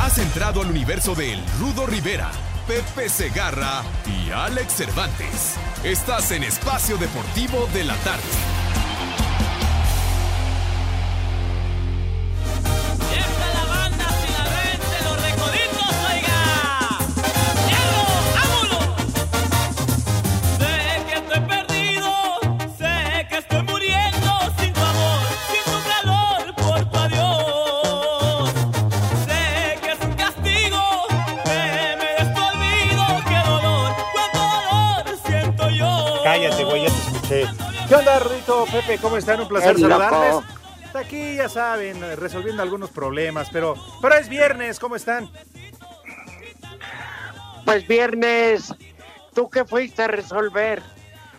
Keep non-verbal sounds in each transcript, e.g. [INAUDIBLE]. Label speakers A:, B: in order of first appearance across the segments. A: Has entrado al universo de El Rudo Rivera, Pepe Segarra y Alex Cervantes. Estás en Espacio Deportivo de la Tarde.
B: ¡Siempre la banda finalmente los recoditos, oiga! ¡Diablo, ámulo! Sé que estoy perdido, sé que estoy muriendo sin tu amor, sin tu calor, por tu adiós. Sé que es un castigo, que me des tu olvido, qué dolor, cuánto dolor siento yo.
C: Cállate, güey, ya te escuché. ¿Qué onda, Rito? Pepe, ¿cómo están? Un placer
D: Hey, loco.
C: saludarles. Está aquí, ya saben, eh, resolviendo algunos problemas, pero, pero es viernes, ¿cómo están?
E: Pues viernes, ¿tú qué fuiste a resolver?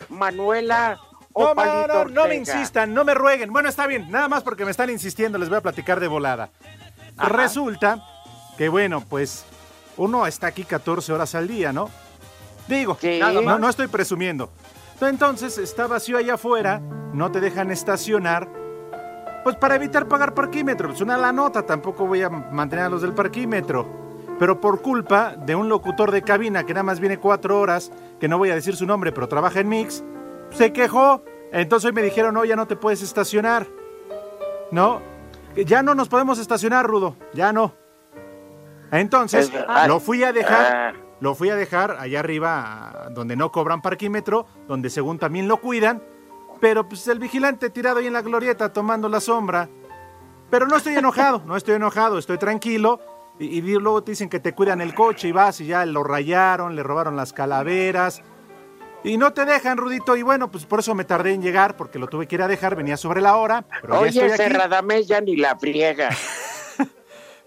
E: ¿Manuela o
C: No, no,
E: Palito
C: no, no me
E: Ortega?
C: insistan, no me rueguen. Bueno, está bien, nada más porque me están insistiendo, les voy a platicar de volada.
E: Ajá.
C: Resulta que, bueno, pues uno está aquí 14 horas al día, ¿no? Digo,
E: Sí.
C: nada más, no, no estoy presumiendo. Entonces está vacío allá afuera, no te dejan estacionar. Pues para evitar pagar parquímetro, pues una la nota, tampoco voy a mantener a los del parquímetro. Pero por culpa de un locutor de cabina que nada más viene cuatro horas, que no voy a decir su nombre, pero trabaja en Mix, se quejó. Entonces hoy me dijeron, no, ya no te puedes estacionar. No, ya no nos podemos estacionar, Rudo, ya no. Entonces,
E: Es verdad.
C: lo fui a dejar,
E: Ah.
C: lo fui a dejar allá arriba, a- donde no cobran parquímetro, donde según también lo cuidan, pero pues el vigilante tirado ahí en la glorieta tomando la sombra. Pero no estoy enojado, no estoy enojado, estoy tranquilo. Y, y di- luego te dicen que te cuidan el coche y vas y ya lo rayaron, le robaron las calaveras. Y no te dejan, Rudito. Y bueno, pues por eso me tardé en llegar, porque lo tuve que ir a dejar, venía sobre la hora. Pero ya
E: Oye,
C: estoy
E: ese
C: aquí.
E: Radamés ya ni la friega.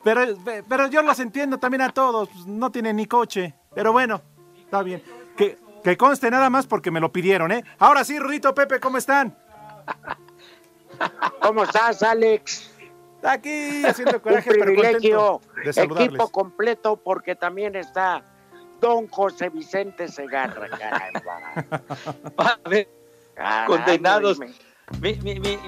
C: Pero, eh, pero yo los entiendo también a todos. pues, No tienen ni coche. Pero bueno, está bien. Que, que conste nada más porque me lo pidieron, ¿eh? Ahora sí, Rudito, Pepe, ¿cómo están?
E: ¿Cómo estás, Alex?
C: Aquí
E: [LAUGHS]
C: haciendo
E: Un
C: coraje, pero
E: privilegio,
C: contento de saludarles.
E: equipo completo, porque también está don José Vicente Segarra, caramba.
F: A ver,
E: Caramba,
F: Condenados.
E: dime.
F: mi, mi, mi,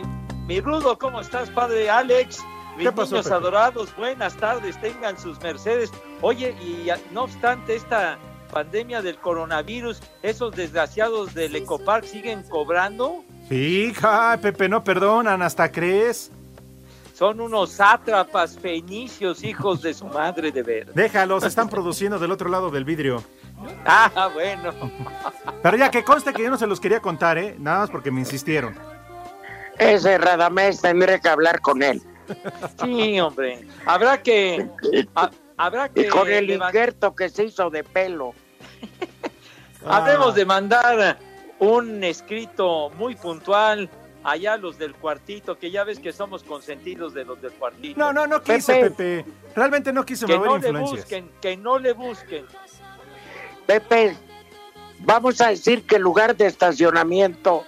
F: mi Rudo, ¿cómo estás, padre Alex? Mis
C: ¿Qué pasó,
F: niños
C: Pepe?
F: adorados, buenas tardes, tengan sus mercedes. Oye, y a- no obstante esta pandemia del coronavirus, esos desgraciados del Ecopark siguen cobrando,
C: Hija, Pepe, no perdonan, hasta crees.
F: son unos sátrapas fenicios, hijos de su madre de ver. [LAUGHS]
C: Déjalos, están produciendo del otro lado del vidrio.
F: Ah, bueno.
C: Pero ya que conste que yo no se los quería contar, ¿eh? Nada más porque me insistieron.
E: Ese Radamés tendré que hablar con él.
F: Sí, hombre. Habrá que. ha- habrá
E: Y
F: que.
E: con el
F: levantar-
E: injerto que se hizo de pelo.
C: Ah.
F: Habemos de mandar un escrito muy puntual allá a los del cuartito, que ya ves que somos consentidos de los del cuartito.
C: No, no, no quise,
E: Pepe.
C: Pepe. Realmente no quise
F: que
C: mover
F: no le
C: influencias.
F: busquen, que no le busquen.
E: Pepe, vamos a decir que el lugar de estacionamiento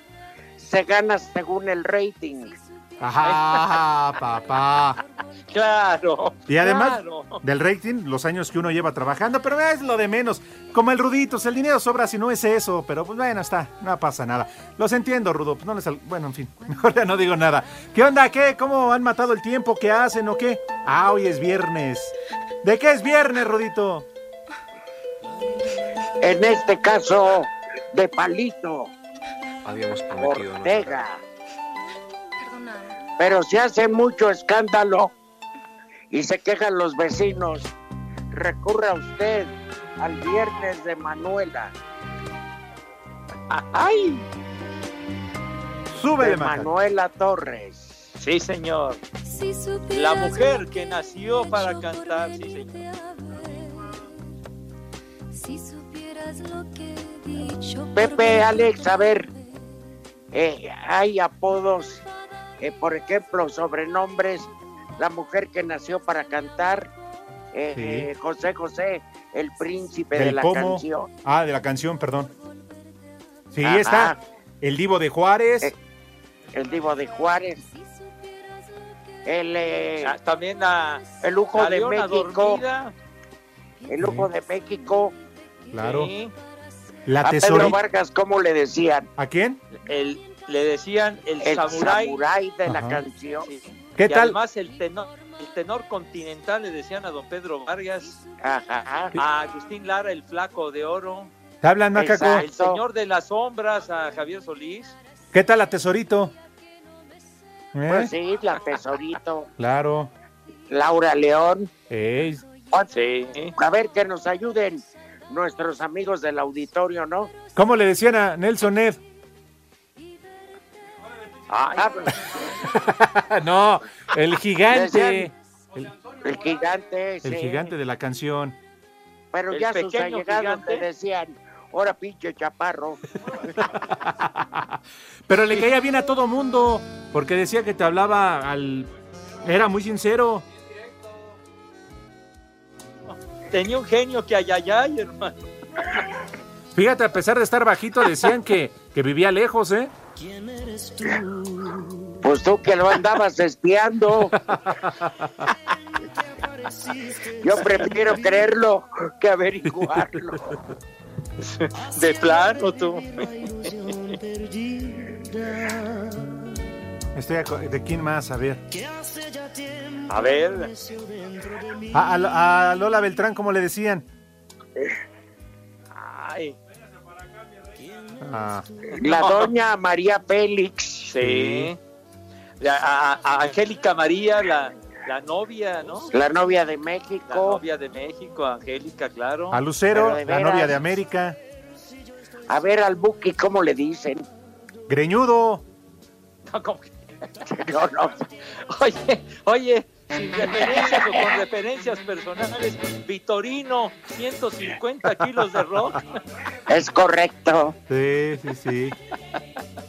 E: se gana según el rating.
C: Ajá, papá.
F: Claro.
C: Y además-
F: claro.
C: Del rating, los años que uno lleva trabajando, pero es lo de menos. Como el Ruditos, el dinero sobra si no es eso, pero pues bueno, está, no pasa nada. Los entiendo, Rudo, pues no les... al- Bueno, en fin, [LAUGHS] mejor ya no digo nada. ¿Qué onda? ¿Qué? ¿Cómo han matado el tiempo? ¿Qué hacen o qué? Ah, hoy es viernes. ¿De qué es viernes, Rudito?
E: En este caso, de Palito Ortega. Pero se hace mucho escándalo y se quejan los vecinos. Recurra usted al viernes de Manuela. ¡Ay!
C: Súbele,
E: De
C: Maca.
E: Manuela Torres.
F: Sí, señor. La mujer que nació para cantar, sí, señor.
G: Si supieras lo que he dicho. por
E: Pepe, Alex, a ver,
G: verte.
E: eh, hay apodos, eh, por ejemplo, sobrenombres, la mujer que nació para cantar, eh,
C: Sí.
E: eh, José José, el príncipe de
C: Del
E: la
C: Pomo.
E: canción.
C: Ah, de la canción, perdón. Sí,
E: Ajá.
C: está. El Divo de Juárez.
E: Eh. El Divo de Juárez. El, eh,
F: Ah, También la,
E: el lujo
F: la
E: de
F: Leona
E: México.
F: dormida.
E: El lujo de México.
C: claro.
F: Sí.
C: La
E: A Ah, Pedro
C: tesorita.
E: Vargas, ¿cómo le decían?
C: ¿A quién?
F: El, le decían el,
E: El
F: samurái.
E: samurái de la
C: Ajá.
E: canción.
F: Sí.
C: ¿Qué
F: y
C: tal?
F: Además, el tenor, el tenor continental le decían a don Pedro Vargas,
E: Ajá.
F: a Agustín Lara, el flaco de oro,
C: ¿Te hablan, Macaco?
E: Exacto.
F: el señor de las sombras, a Javier Solís.
C: ¿Qué tal la tesorito? ¿Eh?
E: Pues sí, la Tesorito,
C: Claro.
E: Laura León.
C: Ey,
F: Sí.
E: A ver, que nos ayuden nuestros amigos del auditorio, ¿no?
C: ¿Cómo le decían a Nelson Ed? [LAUGHS]
E: Ah,
C: no, el gigante.
E: Decían- el gigante.
C: El
E: sí.
C: gigante de la canción.
E: Pero
F: El
E: ya sus
F: pequeño
E: allegados
F: gigante.
E: te decían, ahora pinche chaparro.
C: Pero le caía bien a todo mundo, porque decía que te hablaba al... Era muy sincero.
F: Tenía un genio que ayayay, hermano.
C: Fíjate, a pesar de estar bajito, decían [LAUGHS] que, que vivía lejos, ¿eh?
E: Pues tú que lo andabas espiando. Yo prefiero creerlo que averiguarlo.
F: De plano, tú.
C: Estoy aco- ¿De quién más? A ver.
F: A ver,
C: A, a- a Lola Beltrán, ¿cómo le decían?
F: ay,
C: Ah,
E: La doña María Félix,
F: sí. La- A, a Angélica María, la, la novia, ¿no?
E: la novia de
F: La
E: México.
F: novia de México, Angélica, claro.
C: a Lucero,
E: Pero de
C: la
E: veras.
C: novia de América.
E: A ver al Buki, ¿cómo le dicen? [LAUGHS]
C: Greñudo.
F: [LAUGHS] No, como que-
E: No, no.
F: Oye, oye, sin referencias o con referencias personales, Vitorino, 150 kilos de rock.
E: Es correcto,
C: Sí, sí, sí.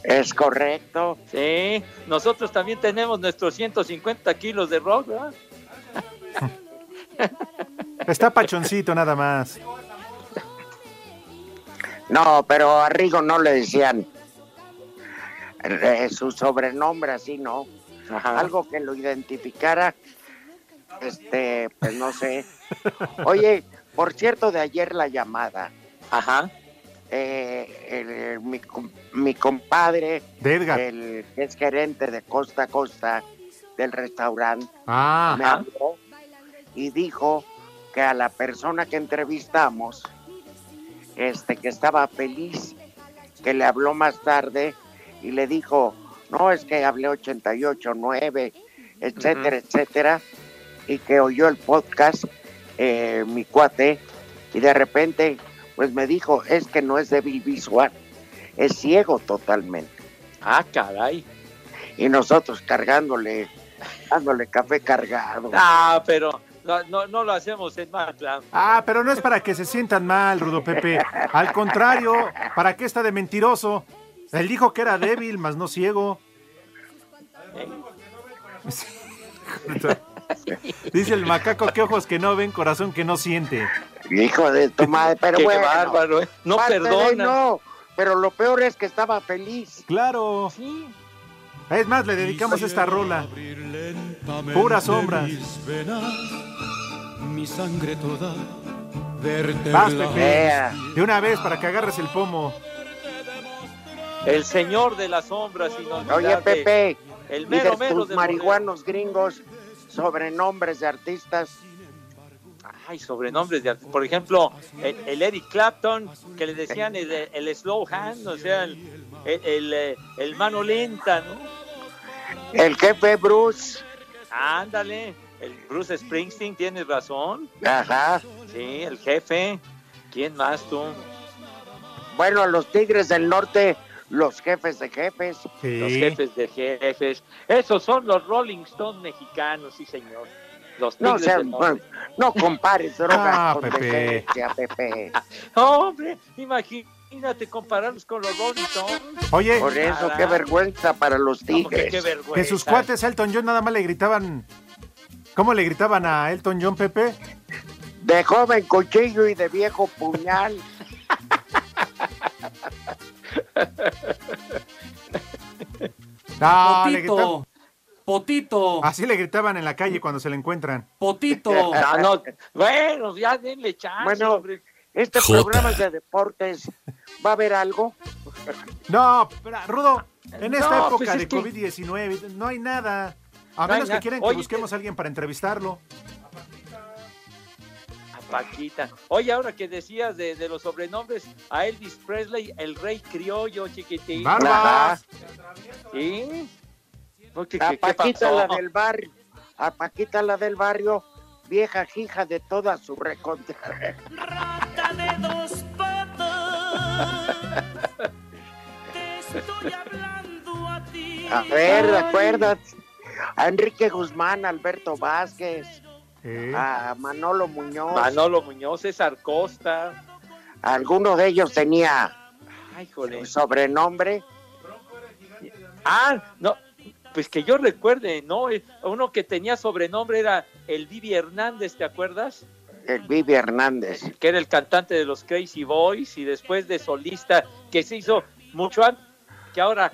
E: es correcto.
F: Sí, nosotros también tenemos nuestros 150 kilos de rock, ¿verdad?
C: Está pachoncito nada más.
E: No, pero a Rigo no le decían eh, su sobrenombre así, ¿no? Algo que lo identificara, este, pues no sé. Oye, por cierto, de ayer la llamada,
F: Ajá.
E: eh, el- el- mi, com- mi compadre,
C: De Edgar.
E: el que es gerente de Costa a Costa del restaurante,
C: Ah,
E: me habló y dijo que a la persona que entrevistamos, este, que estaba feliz, que le habló más tarde y le dijo, no, es que hablé 88, 9, etcétera, etcétera, y que oyó el podcast, eh, mi cuate, y de repente, pues me dijo, es que no es débil visual, es ciego totalmente
F: Ah, caray.
E: y nosotros cargándole, dándole café cargado.
F: Ah, pero no, no, no lo hacemos en Matlán.
C: ah, pero no es para que se sientan mal, Rudo Pepe. Al contrario, ¿para qué está de mentiroso? Él dijo que era débil, más no
F: [LAUGHS]
C: ciego. Dice el macaco que ojos que no ven, corazón que no siente.
E: Hijo de tu
F: [LAUGHS]
E: madre, pero
F: Qué
E: bueno.
F: bárbaro, ¿eh? No
E: parte de él,
F: perdona.
E: no, pero lo peor es que estaba feliz.
C: Claro.
F: Sí.
C: Es más, le dedicamos esta rola. Puras sombras.
H: Mi sangre toda, verte
C: Vas, Pepe.
E: Vea.
C: De una vez para que agarres el pomo.
F: El señor de las sombras. inolvidable.
E: Oye, Pepe,
F: El
E: y de
F: mero mero
E: tus
F: de
E: marihuanos gringos, sobrenombres de artistas.
F: Ay, sobrenombres de arte. Por ejemplo, el, el Eric Clapton, que le decían el, el slow hand, o sea, el, el- el, eh, el mano lenta, ¿no?
E: El jefe Bruce,
F: Ándale, el Bruce Springsteen, tienes razón.
E: ajá.
F: Sí, el jefe. ¿Quién más tú?
E: Bueno, a los Tigres del Norte, los jefes de jefes.
F: Los jefes de jefes. Esos son los Rolling Stones mexicanos, sí, señor. Los
E: No,
F: Tigres
E: sean-
F: del Norte.
E: no
C: [LAUGHS]
E: compares drogas
C: Ah,
E: con
C: Pepe.
E: degenencia,
F: [LAUGHS]
E: Pepe.
F: Hombre, imagínate compararlos con los Rolling Stones.
C: Oye,
E: Por eso, qué vergüenza para los
F: No, porque
E: Tigres.
F: qué vergüenza.
C: que sus cuates a Elton John nada más le gritaban. ¿Cómo le gritaban a Elton John, Pepe?
E: De joven cuchillo y de viejo puñal.
C: No, le gritaban-
I: Potito. Potito.
C: así le gritaban en la calle cuando se le encuentran.
I: Potito.
F: Ah, no. Bueno, ya denle chance.
E: Bueno.
F: hombre.
E: Este
A: Jota.
E: programa de deportes, ¿va a haber algo?
C: No, pero, Rudo, en esta
F: No,
C: época
F: pues es
C: de
F: que-
C: COVID-19 no hay nada. A
F: No hay
C: menos que
F: nada.
C: quieran que
F: Oye, eh.
C: busquemos a alguien para entrevistarlo.
F: A Paquita. Oye, ahora que decías de, de los sobrenombres, a Elvis Presley, el rey criollo, chiquitín.
C: ¡Barbas!
F: ¿Sí? No, ¿qué-
E: A
F: qué- qué
E: Paquita
F: pasó?
E: Ah, la del barrio, a Paquita la del barrio, vieja jija de toda su recontra.
B: Rata de dos patas. Te estoy hablando a ti.
E: A ver, acuérdate. A Enrique Guzmán, Alberto Vázquez,
C: Eh,
F: Ah.
E: a Manolo Muñoz.
F: Manolo Muñoz, César Costa.
E: Alguno de ellos tenía
F: Ay, jole.
E: un sobrenombre.
F: Ah, no. Pues que yo recuerde, ¿no? Eh, Uno que tenía sobrenombre era el Vivi Hernández, ¿te acuerdas?
E: El Vivi Hernández.
F: Que era el cantante de los Crazy Boys y después de solista, que se hizo mucho antes, que ahora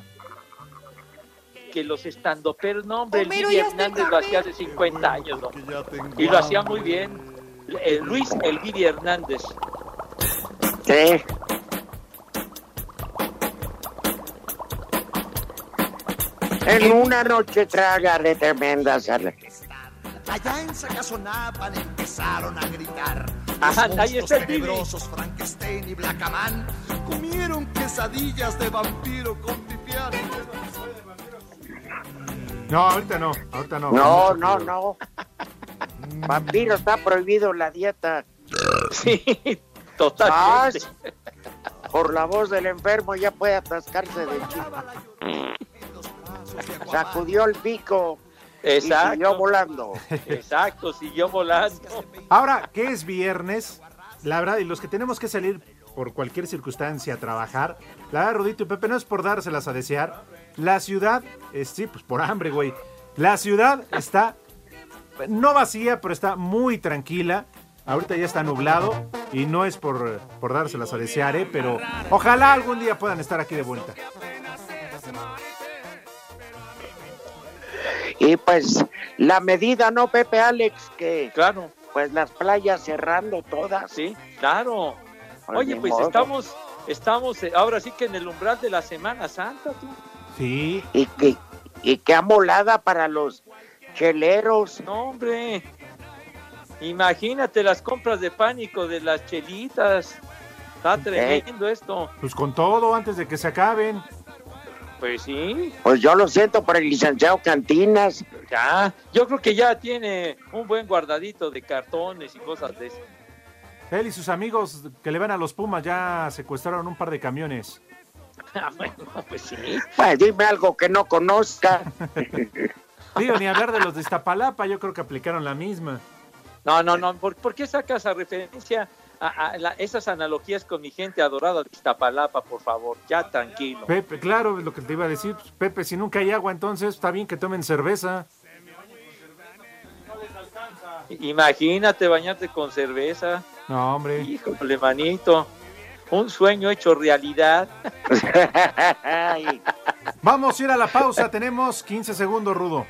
F: que los estandoperos, no, hombre, el Vivi Hernández lo hacía hace 50 años, ¿no? Y lo hacía muy bien. El Luis El Vivi Hernández.
E: Sí. En una noche traga de tremendas alegrías.
H: Allá en Sacazonapan empezaron a gritar.
F: Ajá,
H: Los
F: ahí está
H: monstruos
F: el Bibi.
H: tenebrosos Frankenstein y Blackaman comieron quesadillas de vampiro con pipián.
C: No, ahorita no, ahorita no.
E: No, no, no.
F: Mm.
E: Vampiro está prohibido la dieta.
F: [LAUGHS] Sí,
E: Ah,
F: totalmente.
E: Por la voz del enfermo ya puede atascarse de chico. Sacudió el pico y siguió
F: Exacto,
E: volando.
F: exacto, siguió volando.
C: Ahora que es viernes, la verdad, y los que tenemos que salir por cualquier circunstancia a trabajar, la verdad, Rudito y Pepe, no es por dárselas a desear. La ciudad, eh, sí, pues por hambre, güey. La ciudad está, no vacía, pero está muy tranquila. Ahorita ya está nublado y no es por, eh, por dárselas a desear, ¿eh? Pero ojalá algún día puedan estar aquí de vuelta.
E: Y pues la medida, ¿no, Pepe Alex? Que
F: Claro,
E: pues las playas cerrando todas.
F: sí, claro.
E: Pues,
F: Oye,
E: ni
F: pues
E: modo.
F: estamos, estamos eh, ahora sí que en el umbral de la Semana Santa. tú.
C: Sí,
E: Y que, y que amolada para los cheleros.
F: No, hombre. Imagínate las compras de pánico de las chelitas. Está tremendo esto.
C: pues con todo, antes de que se acaben.
F: Pues sí,
E: Pues yo lo siento por el licenciado Cantinas.
F: ya. Yo creo que ya tiene un buen guardadito de cartones y cosas de esas. [LAUGHS]
C: Él y sus amigos que le van a los Pumas ya secuestraron un par de camiones.
F: Ah, bueno, pues sí.
E: Pues dime algo que no conozca.
C: Digo, ni hablar de los de Iztapalapa, yo creo que aplicaron la misma.
F: No, no, no. ¿Por, por qué sacas a referencia a, a la- esas analogías con mi gente adorada de Iztapalapa, por favor? Ya tranquilo.
C: Pepe, claro, es lo que te iba a decir. Pues, Pepe, si nunca hay agua, entonces está bien que tomen cerveza.
F: Imagínate bañarte con cerveza.
C: No, hombre.
F: Híjole, manito. Un sueño hecho realidad.
E: Ay.
C: Vamos a ir a la pausa, tenemos 15 segundos, Rudo.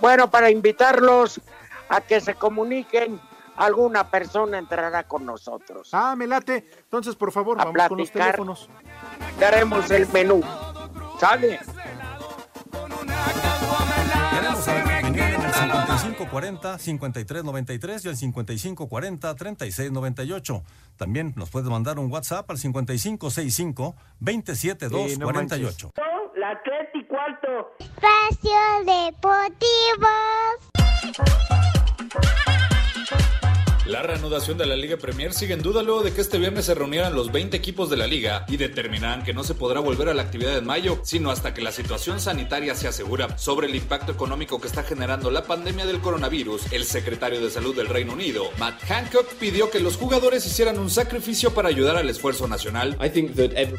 E: Bueno, para invitarlos a que se comuniquen, alguna persona entrará con nosotros.
C: Ah, me late. Entonces, por favor,
E: A
C: vamos con los
E: platicar.
C: teléfonos.
E: Daremos el menú.
F: Sale.
H: Tenemos a Daniel en el
J: 5540-5393 y el 5540-3698. También nos puedes mandar un WhatsApp al 5565-27248.
C: Sí, no manches.
B: La tres y cuarto.
G: Espacio Deportivo.
K: La reanudación de la Liga Premier sigue en duda luego de que este viernes se reunieran los 20 equipos de la liga y determinarán que no se podrá volver a la actividad en mayo, sino hasta que la situación sanitaria se asegura. Sobre el impacto económico que está generando la pandemia del coronavirus, el secretario de Salud del Reino Unido, Matt Hancock, pidió que los jugadores hicieran un sacrificio para ayudar al esfuerzo nacional.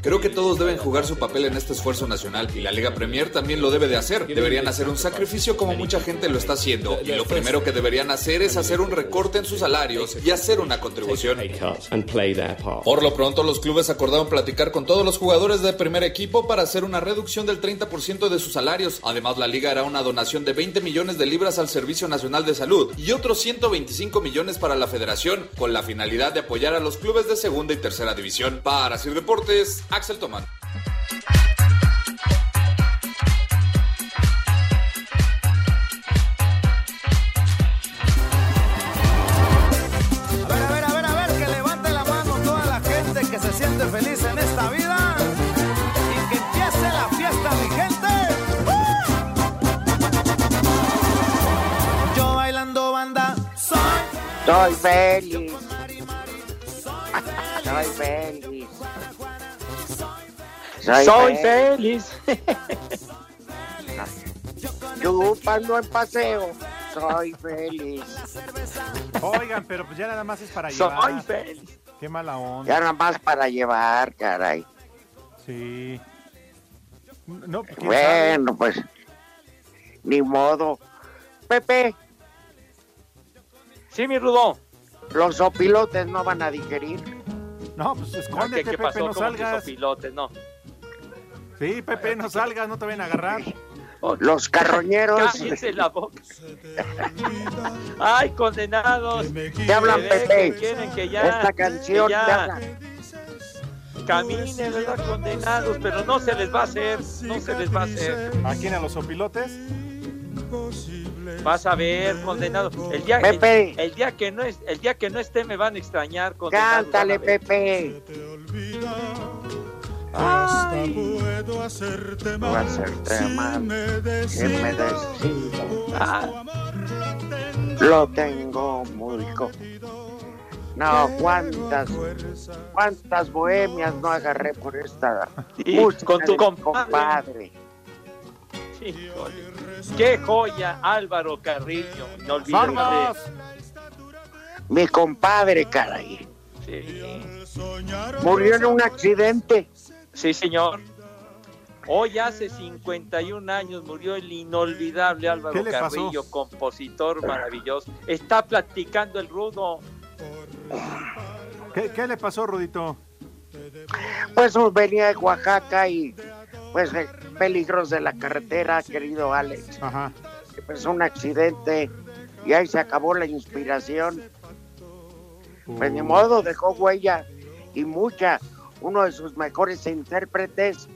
K: Creo que todos deben jugar su papel en este esfuerzo nacional y la Liga Premier también lo debe de hacer. Deberían hacer un sacrificio como mucha gente lo está haciendo y lo primero que deberían hacer es hacer un recorte en sus salarios y hacer una contribución. Por lo pronto, los clubes acordaron platicar con todos los jugadores de primer equipo para hacer una reducción del 30% de sus salarios. Además, la liga hará una donación de 20 millones de libras al Servicio Nacional de Salud y otros 125 millones para la federación, con la finalidad de apoyar a los clubes de segunda y tercera división. Para Sir Deportes, Axel Tomán.
H: A ver, a ver, a ver, a ver, que levante la mano toda la gente que se siente feliz en esta vida y que empiece la fiesta, mi gente. ¡Uh! Yo bailando banda soy
E: Soy feliz. Soy feliz.
F: Soy,
E: feliz. Tú pando en paseo. Soy feliz.
C: Oigan, pero pues ya nada más es
F: [LAUGHS]
C: para
E: Soy
C: llevar.
E: feliz.
C: Qué mala onda.
E: Ya nada más para llevar, caray.
C: Sí. No, ¿quién sabe?
E: Bueno, pues. Ni modo. Pepe.
F: Sí, mi Rudo.
E: Los opilotes no van a digerir.
C: No, pues
F: Ah, ¿Qué,
C: escóndete,
F: qué
C: Pepe,
F: pasó?
C: no
F: ¿Cómo que
C: salgas.
F: sopilotes? No.
C: Sí, Pepe, no salgas, no te ven a agarrar.
F: Oh,
E: Los carroñeros.
F: Cállense la boca. Ay, condenados.
E: Te hablan,
F: Que dejen,
E: Pepe.
F: Quieren que ya.
E: Esta canción
F: que
E: te
F: ya
E: habla.
F: Caminen, ¿verdad? Condenados, pero no se les va a hacer. No se les va a hacer.
C: ¿A quién? ¿A los opilotes?
F: Vas a ver, condenados. El día, el-
E: Pepe.
F: El, día que no es, el día que no esté me van a extrañar. condenados,
E: Cántale,
F: van a ver.
E: Pepe.
F: Ay.
E: Voy a hacerte amar. Que me decido.
F: Ah,
E: Lo tengo muy co- No, cuántas, cuántas bohemias no agarré por
F: [LAUGHS]
E: esta
F: Sí,
E: música
F: con
E: de
F: tu
E: mi
F: compadre. híjole. Qué joya, Álvaro Carrillo. No
E: ¡Vamos! Mi compadre, caray. Murió en un accidente.
F: Sí, señor. Hoy hace 51 años murió el inolvidable
C: ¿Qué
F: Álvaro
C: le pasó?
F: Carrillo, compositor maravilloso. Está platicando el rudo.
C: ¿Qué, qué le pasó, Rudito?
E: Pues venía de Oaxaca y pues eh, peligros de la carretera, querido Alex.
C: Ajá.
E: Empezó pues, un accidente y ahí se acabó la inspiración. Pues ni modo, dejó huella y mucha. Uno de sus mejores intérpretes,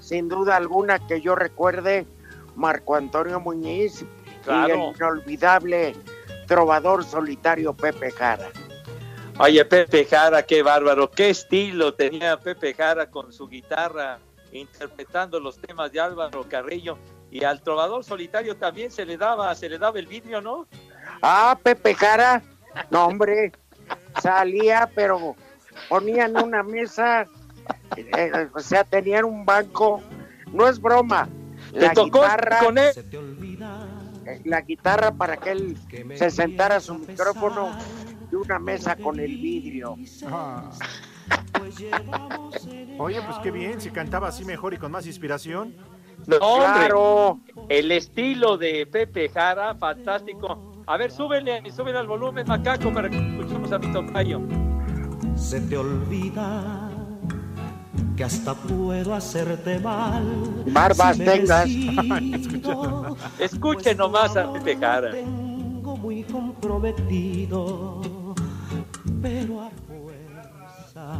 E: sin duda alguna que yo recuerde, Marco Antonio Muñiz y
F: Claro.
E: el inolvidable trovador solitario Pepe Jara.
F: Oye, Pepe Jara, qué bárbaro. Qué estilo tenía Pepe Jara con su guitarra interpretando los temas de Álvaro Carrillo. Y al trovador solitario también se le daba, se le daba el vidrio, ¿no?
E: Ah, Pepe Jara, no hombre, salía, pero ponían una mesa, eh, o sea, tenían un banco, no es broma.
F: Te tocó con él.
E: eh, La guitarra para que él se sentara a su micrófono y una mesa con el vidrio.
C: Ah. Oye, pues qué bien, si cantaba así mejor y con más inspiración.
F: No, hombre.
E: Claro,
F: El estilo de Pepe Jara, fantástico. A ver, súbele, súbele al volumen, macaco, para que escuchemos a mi tocayo.
L: Se te olvida que hasta puedo hacerte mal.
E: barbas
L: Si me
E: tengas.
L: decido,
F: Escuche nomás a Pepe Jara.
L: Tengo muy comprometido, pero a fuerza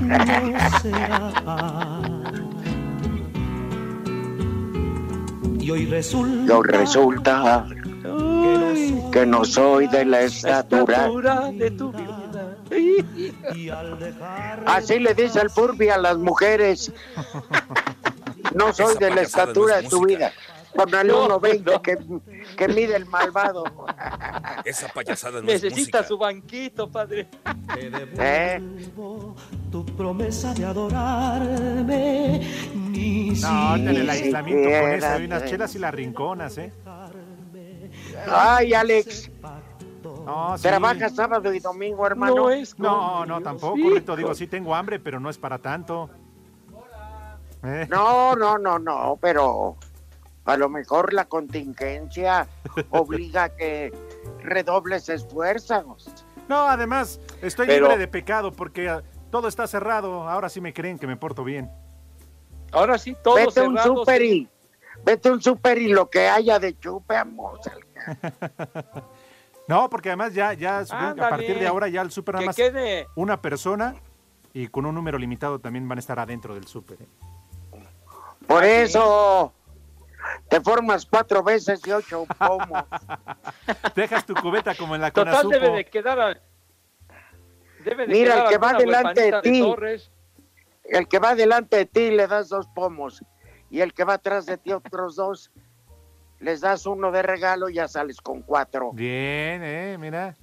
L: no será. Y hoy resulta
E: Lo resulta que no soy de la estatura.
F: Estatura de tu vida.
L: y al dejar
E: Así le dice el Furby a las mujeres. No soy de la estatura de tu vida. Ponle 1.20 que, que mide el malvado.
M: Esa payasada no es
F: Necesita
M: música.
F: su banquito, padre.
E: ¿Eh?
L: tu promesa de adorarme. Ni
C: No, ahorita en el
L: siquiera
C: aislamiento con esa hay unas
L: te-
C: chelas y las rinconas, ¿eh?
E: Ay, Alex.
C: No, sí.
E: Trabaja sábado y domingo, hermano.
C: No, no, tampoco, Rito. Digo, sí tengo hambre, pero no es para tanto. ¿Eh?
E: No, no, no, no, pero a lo mejor la contingencia obliga a que redobles esfuerzos.
C: No, además, estoy
E: Pero-
C: libre de pecado porque ah, todo está cerrado. Ahora sí me creen que me porto bien.
F: Ahora sí, todo
E: Vete a un
F: cerrado.
E: super y vete a un super y lo que haya de chupe, amor.
C: No, porque además ya, ya supongo que a
F: Ándale.
C: partir de ahora ya el súper nada
F: Que
C: más
F: quede.
C: una persona y con un número limitado también van a estar adentro del súper. ¿eh?
E: Por eso te formas cuatro veces y ocho
F: [LAUGHS]
E: pomos.
C: Dejas tu cubeta como en la
F: Total,
C: Conasupo.
F: debe de quedar. al- Debe de
E: Mira, el
F: quedar
E: que va
F: alguna
E: delante de
F: huerfanita
E: ti.
F: Torres.
E: El que va delante de ti le das dos pomos y el que va atrás de ti otros dos les das uno de regalo y ya sales con cuatro.
C: Bien, eh, mira.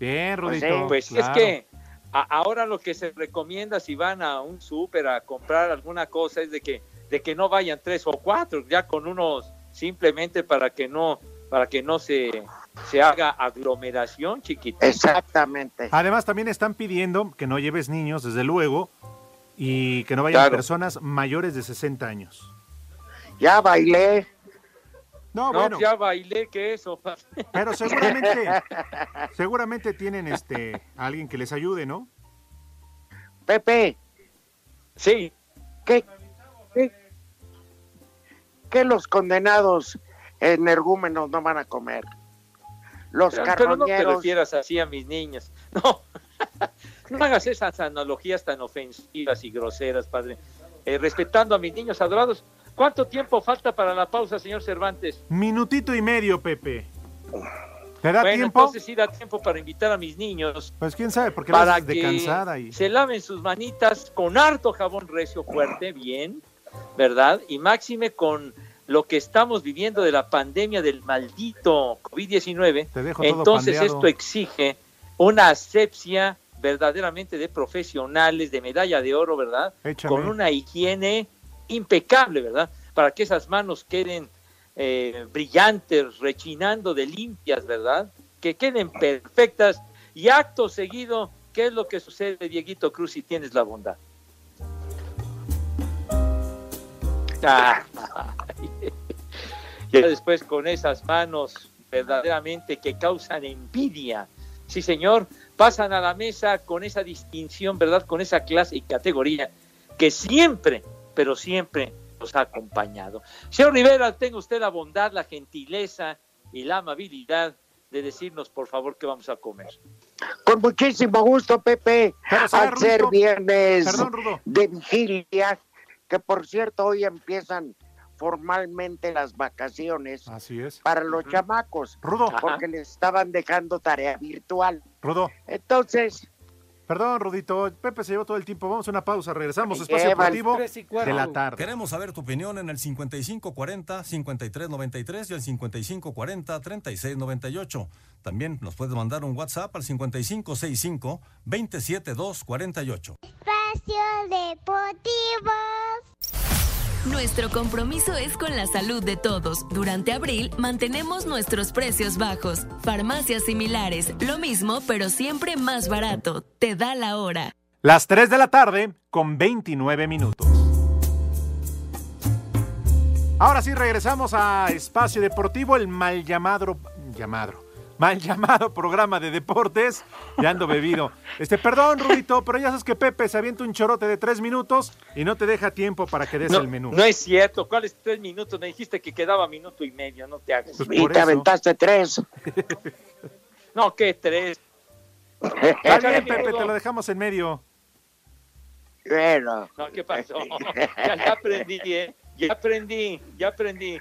C: Bien,
F: Pues,
C: Rudito.
F: sí, pues,
C: claro.
F: es que a- ahora lo que se recomienda si van a un súper a comprar alguna cosa es de que de que no vayan tres o cuatro, ya con unos simplemente para que no para que no se se haga aglomeración, chiquito.
E: Exactamente.
C: Además, también están pidiendo que no lleves niños, desde luego, y que no vayan
E: Claro.
C: personas mayores de 60 años.
E: Ya bailé.
C: No,
F: No,
C: bueno,
F: ya bailé que eso. [LAUGHS]
C: pero seguramente, seguramente tienen este a alguien que les ayude, ¿no?
E: Pepe.
F: Sí.
E: ¿Qué, qué, qué los condenados energúmenos no van a comer? Los
F: Pero no te
E: carroñeros.
F: refieras así a mis niños. [LAUGHS] No. No hagas esas analogías tan ofensivas y groseras, padre. Eh, respetando a mis niños adorados. ¿Cuánto tiempo falta para la pausa, señor Cervantes?
C: Minutito y medio, Pepe. ¿Te da
F: bueno,
C: tiempo?
F: entonces sí da tiempo para invitar a mis niños
C: Pues quién sabe, porque
F: para
C: vas de
F: que
C: cansada y
F: se laven sus manitas con harto jabón recio fuerte, bien, ¿verdad? Y máxime con lo que estamos viviendo de la pandemia del maldito COVID-19.
C: te dejo todo
F: Entonces
C: pandeado.
F: esto exige una asepsia verdaderamente de profesionales, de medalla de oro, ¿verdad?
C: Échame.
F: Con una higiene impecable, ¿verdad? Para que esas manos queden eh, brillantes, rechinando de limpias, ¿verdad? Que queden perfectas y acto seguido, ¿qué es lo que sucede, Dieguito Cruz, si tienes la bondad? Ah, [LAUGHS] ya después con esas manos verdaderamente que causan envidia. Sí, señor, pasan a la mesa con esa distinción, ¿verdad? Con esa clase y categoría que siempre, pero siempre nos ha acompañado. Señor Rivera, tenga usted la bondad, la gentileza y la amabilidad de decirnos, por favor, qué vamos a comer.
E: Con muchísimo gusto, Pepe.
F: Pero, señor
E: Al ser
F: Rudo-
E: viernes
F: Perdón, Rudo.
E: de vigilia, que por cierto hoy empiezan formalmente las vacaciones
C: Así es.
E: para los chamacos,
C: Rudo.
E: porque
C: Ah. Ajá.
E: les estaban dejando tarea virtual.
C: Rudo.
E: Entonces,
C: Perdón, Rudito. Pepe se llevó todo el tiempo. Vamos a una pausa. Regresamos. Espacio
E: Lleva el
C: Deportivo
E: tres y
C: de la tarde.
J: Queremos saber tu opinión en el 5540 5393 y el 5540 3698. También nos puedes mandar un WhatsApp al 5565 27248.
N: Espacio Deportivo.
O: Nuestro compromiso es con la salud de todos. Durante abril mantenemos nuestros precios bajos. Farmacias similares, lo mismo pero siempre más barato. Te da la hora.
C: Las 3 de la tarde con 29 minutos. Ahora sí regresamos a Espacio Deportivo, el mal llamado llamado mal llamado [LAUGHS] programa de deportes. Ya ando bebido. Este, perdón, Rudito, pero ya sabes que Pepe se avienta un chorote de 3 minutos y no te deja tiempo para que des
F: No,
C: el menú.
F: no es cierto, ¿cuáles tres minutos? Me dijiste que quedaba minuto y medio, no te hagas.
C: Pues
E: y te aventaste tres.
F: No, que tres.
C: Está
E: [LAUGHS]
C: bien, Pepe, te lo dejamos en medio.
E: Bueno,
F: No, ¿qué pasó?
C: [LAUGHS]
F: [LAUGHS] ya, ya aprendí, ¿eh? Ya aprendí, ya aprendí.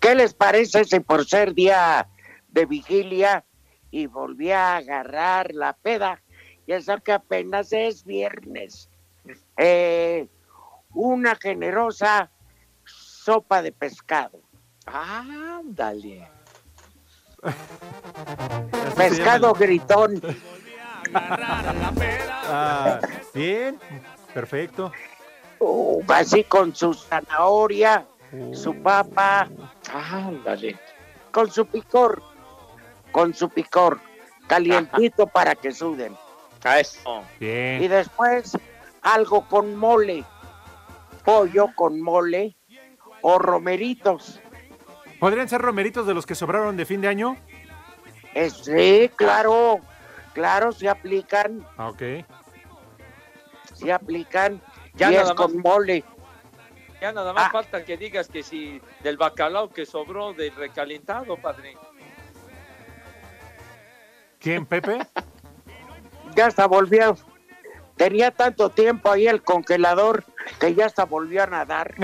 E: ¿qué les parece si por ser día de vigilia y volví a agarrar la peda? Ya saben que apenas es viernes. Eh, una generosa sopa de pescado.
F: Ándale.
E: Pescado gritón.
C: Ah, bien, perfecto.
E: Uh, así con su zanahoria, su papa.
F: Ándale.
E: Con su picor. Con su picor. Calientito para que suden.
F: A eso.
C: Bien.
E: Y después algo con mole. Pollo con mole o romeritos.
C: ¿Podrían ser romeritos de los que sobraron de fin de año?
E: Eh, sí, claro. Claro, se aplican.
C: Ah, Ok.
E: Se aplican.
F: Ya
E: y es
F: nada más.
E: con mole.
F: Ya nada
C: Ah.
F: más falta que digas que si del bacalao que sobró del recalentado, padre.
C: ¿Quién, Pepe?
E: Ya hasta volvió. Tenía tanto tiempo ahí el congelador que ya hasta volvió a nadar.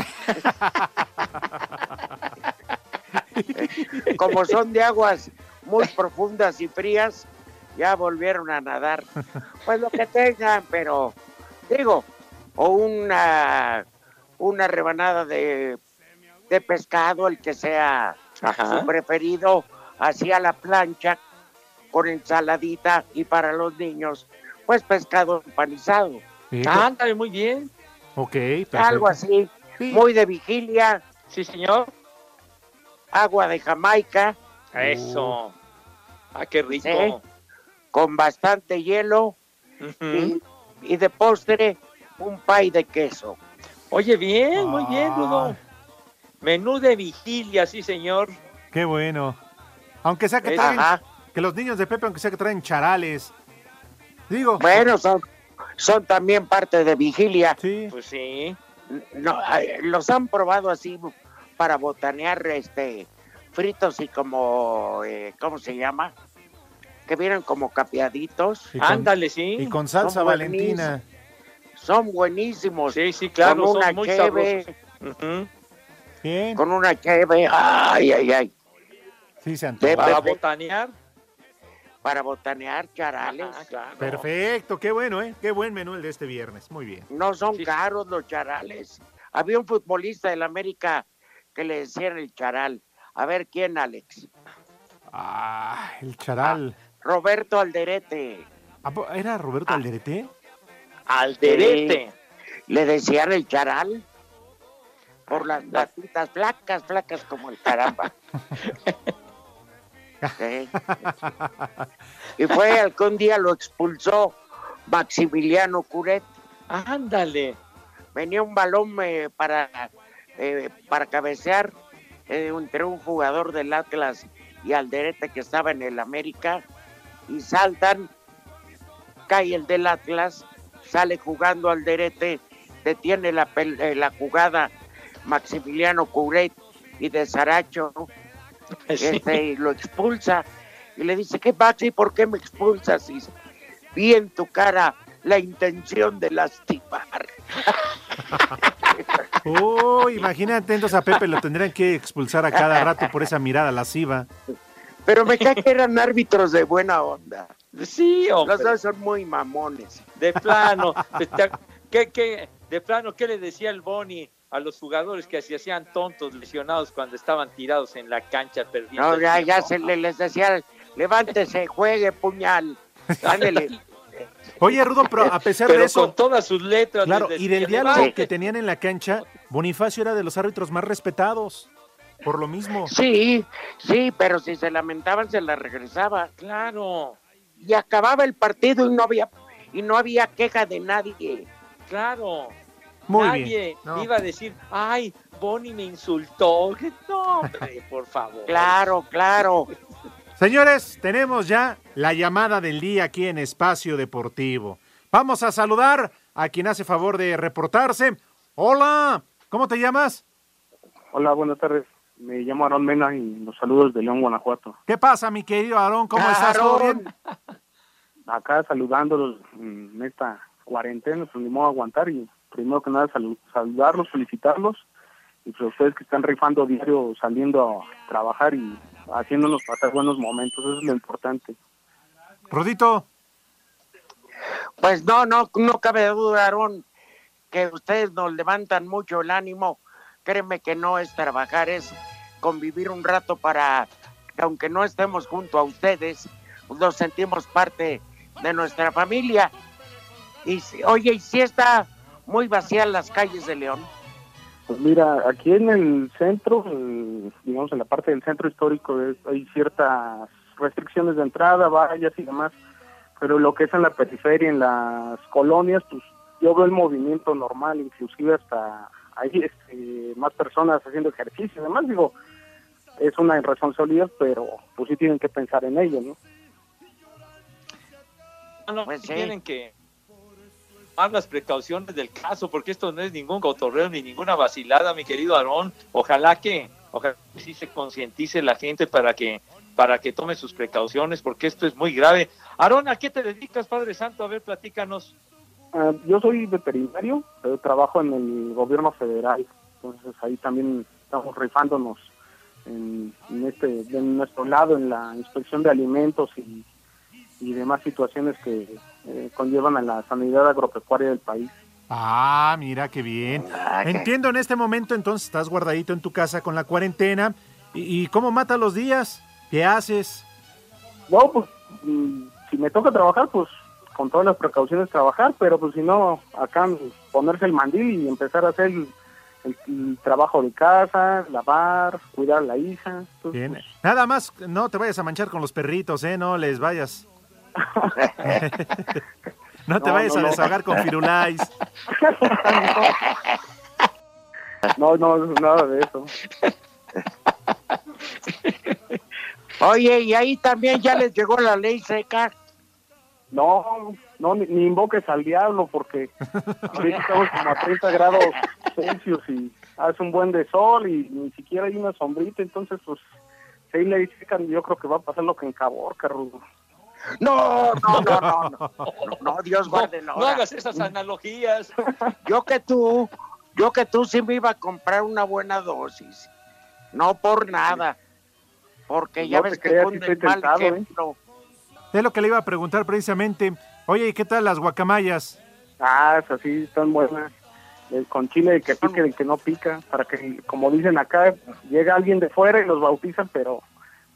E: Como son de aguas muy profundas y frías, ya volvieron a nadar. Pues lo que tengan, pero digo, o una, una rebanada de, de pescado, el que sea
F: Ajá.
E: su preferido, así a la plancha, con ensaladita y para los niños, pues pescado empanizado.
F: Ándale, muy bien.
C: Ok, perfecto.
E: Algo así, muy de vigilia.
F: Sí, señor.
E: Agua de Jamaica,
F: A eso. Ah, qué rico.
E: Sí. con bastante hielo y, y de postre un pay de queso.
F: Oye, bien, muy
C: Ah,
E: Ah.
F: bien, Rudo. Menú de vigilia, sí, señor.
C: Qué bueno. Aunque sea que
F: Eh,
C: traen,
F: ajá.
C: que los niños de Pepe, aunque sea que traen charales. Digo.
E: Bueno, son, son también parte de vigilia.
F: Pues sí.
E: No, eh, los han probado así para botanear este fritos y como eh, ¿cómo se llama? Que vienen como capeaditos.
C: Y con-
F: Ándale, sí.
C: Y con salsa
E: Son
C: valentina.
E: Son buenísimos.
F: Sí, sí, claro,
E: Con
F: son
E: una
F: muy
E: cheve,
F: sabrosos. Ujú.
C: Bien.
E: con una cheve, ay, ay, ay,
C: Sí, se
E: de-
C: antoja.
F: Para
E: de-
F: botanear.
E: para botanear charales.
F: Ah, claro.
C: Perfecto, qué bueno, ¿eh? Qué buen menú el de este viernes. Muy bien.
E: No son caros los charales. Había un futbolista del América que le decían el charal. A ver quién, Alex.
C: Ah, el charal.
E: Roberto Alderete.
C: ¿A po- ¿Era
F: Ah.
C: Roberto Alderete?
F: Alderete.
E: Le decían el charal por las patitas flacas, flacas como el caramba. Sí. Y fue al que un día lo expulsó Maximiliano Curet.
F: Ándale.
E: Venía un balón eh, para, eh, para cabecear eh, entre un jugador del Atlas y Alderete que estaba en el América y saltan, cae el del Atlas, sale jugando Alderete, detiene la, pel- eh, la jugada Maximiliano Curet y de Saracho este, y lo expulsa y le dice, ¿qué pasa y por qué me expulsas? Y dice, vi en tu cara la intención de
F: [LAUGHS]
E: lastimar.
C: Oh, imagínate, entonces a Pepe lo tendrían que expulsar a cada rato por esa mirada lasciva.
E: Pero me cae que eran árbitros de buena onda.
F: Sí, hombre.
E: Los dos son muy mamones.
F: De plano. Este, ¿qué, qué, de plano, ¿qué le decía el Boni a los jugadores que se hacían tontos, lesionados cuando estaban tirados en la cancha perdidos?
E: No, ya, ya se le- les decía, levántese, juegue, puñal.
F: [LAUGHS]
E: Ándele.
C: Oye, Rudo, pero a pesar
F: Pero
C: de eso,
F: con todas sus letras.
C: claro,
F: les
C: y
F: decía,
C: del diálogo que
F: "Levante".
C: tenían en la cancha, Bonifacio era de los árbitros más respetados. Por lo mismo.
E: Sí, sí, pero si se lamentaban se la regresaba.
F: Claro,
E: Y acababa el partido y no había y no había queja de nadie.
F: claro.
C: Muy
F: Nadie
C: bien. No.
F: iba a decir, ay, Bonnie me insultó. No, hombre, por favor.
E: Claro, claro.
C: Señores, tenemos ya la llamada del día aquí en Espacio Deportivo. Vamos a saludar a quien hace favor de reportarse. Hola, ¿cómo te llamas?
P: Hola, buenas tardes. Me llamo Aarón Mena y los saludos de León, Guanajuato.
C: ¿Qué pasa, mi querido Aarón? ¿Cómo estás? ¿Todo bien?
P: Acá saludándolos mm, en esta cuarentena, pues ni modo aguantar y primero que nada salu- saludarlos, felicitarlos y pues a ustedes que están rifando diario saliendo a trabajar y haciéndonos pasar buenos momentos, eso es lo importante.
C: Rudito.
E: Pues no, no, no cabe duda, Aarón, que ustedes nos levantan mucho el ánimo. Créeme que no es trabajar, es convivir un rato para que aunque no estemos junto a ustedes, nos sentimos parte de nuestra familia. Y si- oye, ¿y si está muy vacía las calles de León?
P: Pues mira, aquí en el centro, eh, digamos en la parte del centro histórico, es- hay ciertas restricciones de entrada, vallas y demás, pero lo que es en la periferia, en las colonias, pues yo veo el movimiento normal, inclusive hasta hay este, más personas haciendo ejercicio y demás, digo, es una irresponsabilidad, pero pues sí tienen que pensar en ello, ¿no?
F: Ah, no, tienen que tomar las precauciones del caso, porque esto no es ningún cotorreo ni ninguna vacilada, mi querido Aarón. Ojalá que, ojalá que sí se concientice la gente para que, para que tome sus precauciones, porque esto es muy grave. Aarón, ¿a qué te dedicas, Padre Santo? A ver, platícanos.
P: Ah, yo soy veterinario, pero trabajo en el gobierno federal, entonces ahí también estamos rifándonos en, en este, de nuestro lado, en la inspección de alimentos y, y demás situaciones que eh, conllevan a la sanidad agropecuaria del país.
C: Ah, mira qué bien.
P: qué-
C: Entiendo, en este momento entonces estás guardadito en tu casa con la cuarentena. ¿Y, y cómo mata los días? ¿Qué haces?
P: No, pues mm, si me toca trabajar, pues con todas las precauciones trabajar, pero pues si no, acá mm, ponerse el mandil y empezar a hacer el, el- el trabajo de casa, lavar, cuidar a la hija. entonces,
C: Bien. Nada más, no te vayas a manchar con los perritos, ¿eh? No
P: [LAUGHS]
C: les vayas. no te
P: No,
C: vayas
P: no,
C: a
P: no.
C: desahogar con firulais.
P: No, no, nada de eso.
E: Oye, y ahí también ya les llegó la ley seca.
P: No, no, ni, ni invoques al diablo porque ahorita estamos como a 30 grados Celsius y hace un buen de sol y ni siquiera hay una sombrita, entonces pues si ahí le dicen, yo creo que va a pasar lo que en Caborca, Rudo.
E: No, no, no, no, no, no, Dios guarde, no.
F: No hagas esas analogías.
E: Yo que tú, yo que tú sí me iba a comprar una buena dosis. No por nada. Porque ya
C: No te
E: ves que
C: creas, sí
E: con
C: estoy
E: el mal
C: tentado, ¿eh?
E: ejemplo.
C: Es lo que le iba a preguntar precisamente. Oye, ¿y qué tal las guacamayas?
P: Ah, esas sí, están buenas. Eh, Con chile de que pique, de que no pica, para que, como dicen acá, llega alguien de fuera y los bautizan, pero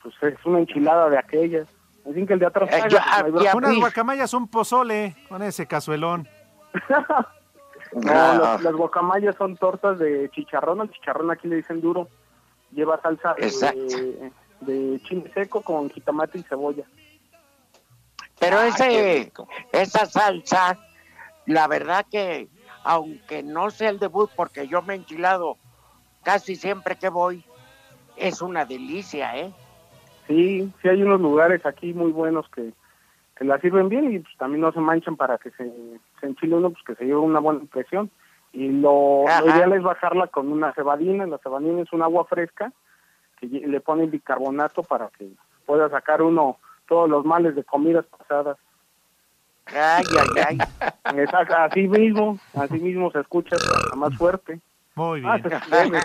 P: pues es una enchilada de aquellas. Así que el de atrás... paga, pues, no hay bronca.
C: Unas guacamayas, un pozole, con ese cazuelón.
P: No,
E: Ah.
P: las, las guacamayas son tortas de chicharrón, al chicharrón aquí le dicen duro. Lleva salsa de, de chile seco con jitomate y cebolla.
E: Pero
P: Ay, qué
E: ese, esa salsa, la verdad que, aunque no sea el debut, porque yo me he enchilado casi siempre que voy, es una delicia, ¿eh?
P: Sí, sí hay unos lugares aquí muy buenos que, que la sirven bien y pues, también no se manchan para que se, se enchile uno, pues que se lleve una buena impresión. Y lo,
E: Ajá.
P: lo ideal es bajarla con una cebadina, la cebadina es un agua fresca que lle- le ponen bicarbonato para que pueda sacar uno todos los males de comidas pasadas.
E: Ay, ay,
P: ay. así mismo, así mismo se escucha hasta más fuerte.
C: Muy
P: Ah,
C: bien.
P: se debe.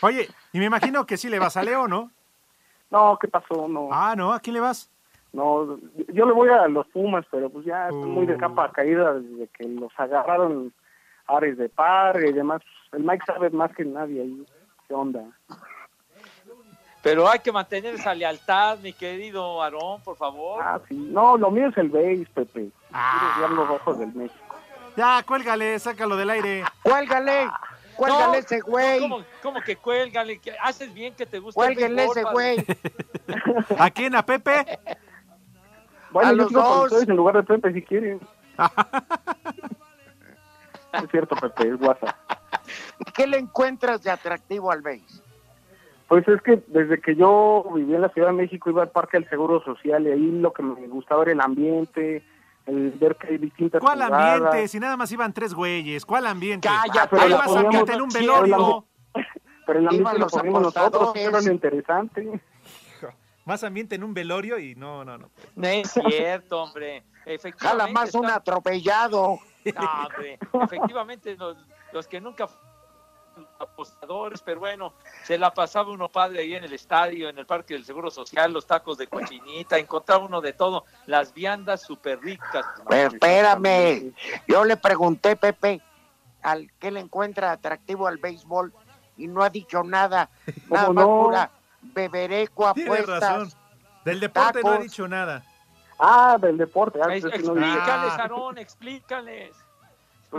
C: Oye, y me imagino que sí le vas a Leo, ¿no?
P: No, ¿qué pasó? No.
C: Ah, no, ¿a quién le vas?
P: No, yo le voy a los Pumas, pero pues ya estoy muy de capa caída desde que los agarraron Ares de Par y demás. El Mike sabe más que nadie ahí. ¿Qué onda?
F: Pero hay que mantener esa lealtad, mi querido Aarón, por favor.
P: Ah, sí. No, lo mío es el base, Pepe. Quiero ver los ojos del México.
C: Ah. Ya, cuélgale, sácalo del aire.
E: ¡Cuélgale!
F: No,
E: ¡Cuélgale ese güey!
F: ¿Cómo, cómo que cuélgale? Que haces bien que te gusta. el
E: ¡Cuélguenle
F: béisbol,
E: ese
F: padre.
E: güey!
C: ¿A quién? ¿A Pepe?
P: Bueno,
E: A
P: yo
E: los
P: sigo con
E: dos.
P: ustedes en lugar de Pepe si quieren. es cierto, Pepe, es WhatsApp.
E: ¿Qué le encuentras de atractivo al béis?
P: Pues es que desde que yo vivía en la Ciudad de México iba al Parque del Seguro Social y ahí lo que me gustaba era el ambiente, el ver que hay distintas
C: ¿Cuál
P: jugadas.
C: ambiente? Si nada más iban tres güeyes, ¿cuál ambiente?
P: Cállate,
C: Ahí
P: la
C: vas a
P: poníamos-
C: meter en un
P: sí, pero la-
C: velorio.
P: Pero el ambiente
C: Iban
P: lo
C: los
P: poníamos nosotros,
C: apostadores.
P: era lo interesante.
C: Más ambiente en un velorio y no, no, no.
F: No es cierto, hombre. Efectivamente.
E: Jala más un
F: está-
E: atropellado.
F: No, hombre. Efectivamente, los, los que nunca fueron apostadores, pero bueno, se la pasaba uno padre ahí en el estadio, en el Parque del Seguro Social, los tacos de cochinita, encontraba uno de todo, las viandas súper ricas.
C: Pues,
E: Pero espérame, yo le pregunté, Pepe, al qué le encuentra atractivo al béisbol y no ha dicho nada. Nada
C: ¿Cómo
E: más
C: no?
E: pura bebereco,
C: Tiene
E: apuestas.
C: razón. Del deporte no ha
E: tacos.
C: dicho nada.
P: Ah, del deporte. ah,
F: Es-
P: pues, no digo.
F: explícales, Aarón, explícales.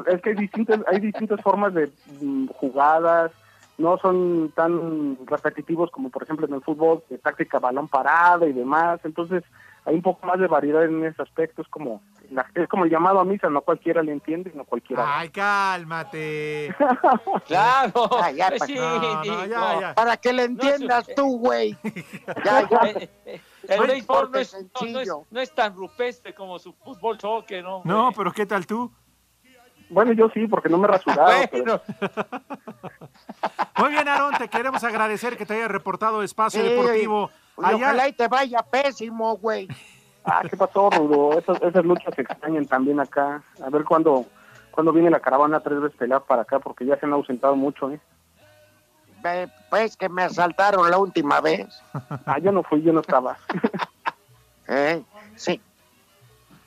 P: Es que hay distintas, hay distintas formas de mm, jugadas, no son tan repetitivos como por ejemplo en el fútbol, de táctica balón parado y demás, entonces hay un poco más de variedad en ese aspecto, es como, la- es como el llamado a misa, no cualquiera le entiende, no cualquiera.
C: Ay, cálmate.
F: Claro.
E: Ah, ya,
F: pues
E: pa-
F: sí,
C: No, no, ya,
F: digo.
C: ya.
E: Para que le entiendas tú,
C: [LAUGHS]
E: güey. Ya,
F: [LAUGHS]
E: ya.
F: Eh, El
E: No
F: béisbol no
E: importa,
F: es, no, no es-
E: sencillo.
F: no es tan rupestre como su fútbol choque, ¿no?
C: No, pero ¿qué tal tú?
P: Bueno, yo sí, porque no me he
C: [LAUGHS]
P: rasurado. pero-
C: Muy bien, Aaron, te queremos agradecer que te haya reportado Espacio
E: Sí,
C: Deportivo.
E: y
C: Allá,
E: Ojalá y te vaya pésimo, güey.
P: Ah, ¿qué pasó, Rudo? Esas, esas luchas se extrañan también acá. A ver cuándo, cuándo viene la caravana tres veces pelear para acá, porque ya se han ausentado mucho, ¿eh?
E: Eh, Pues que me asaltaron la última vez.
P: Ah, yo no fui, yo no estaba.
E: ¿eh? Sí.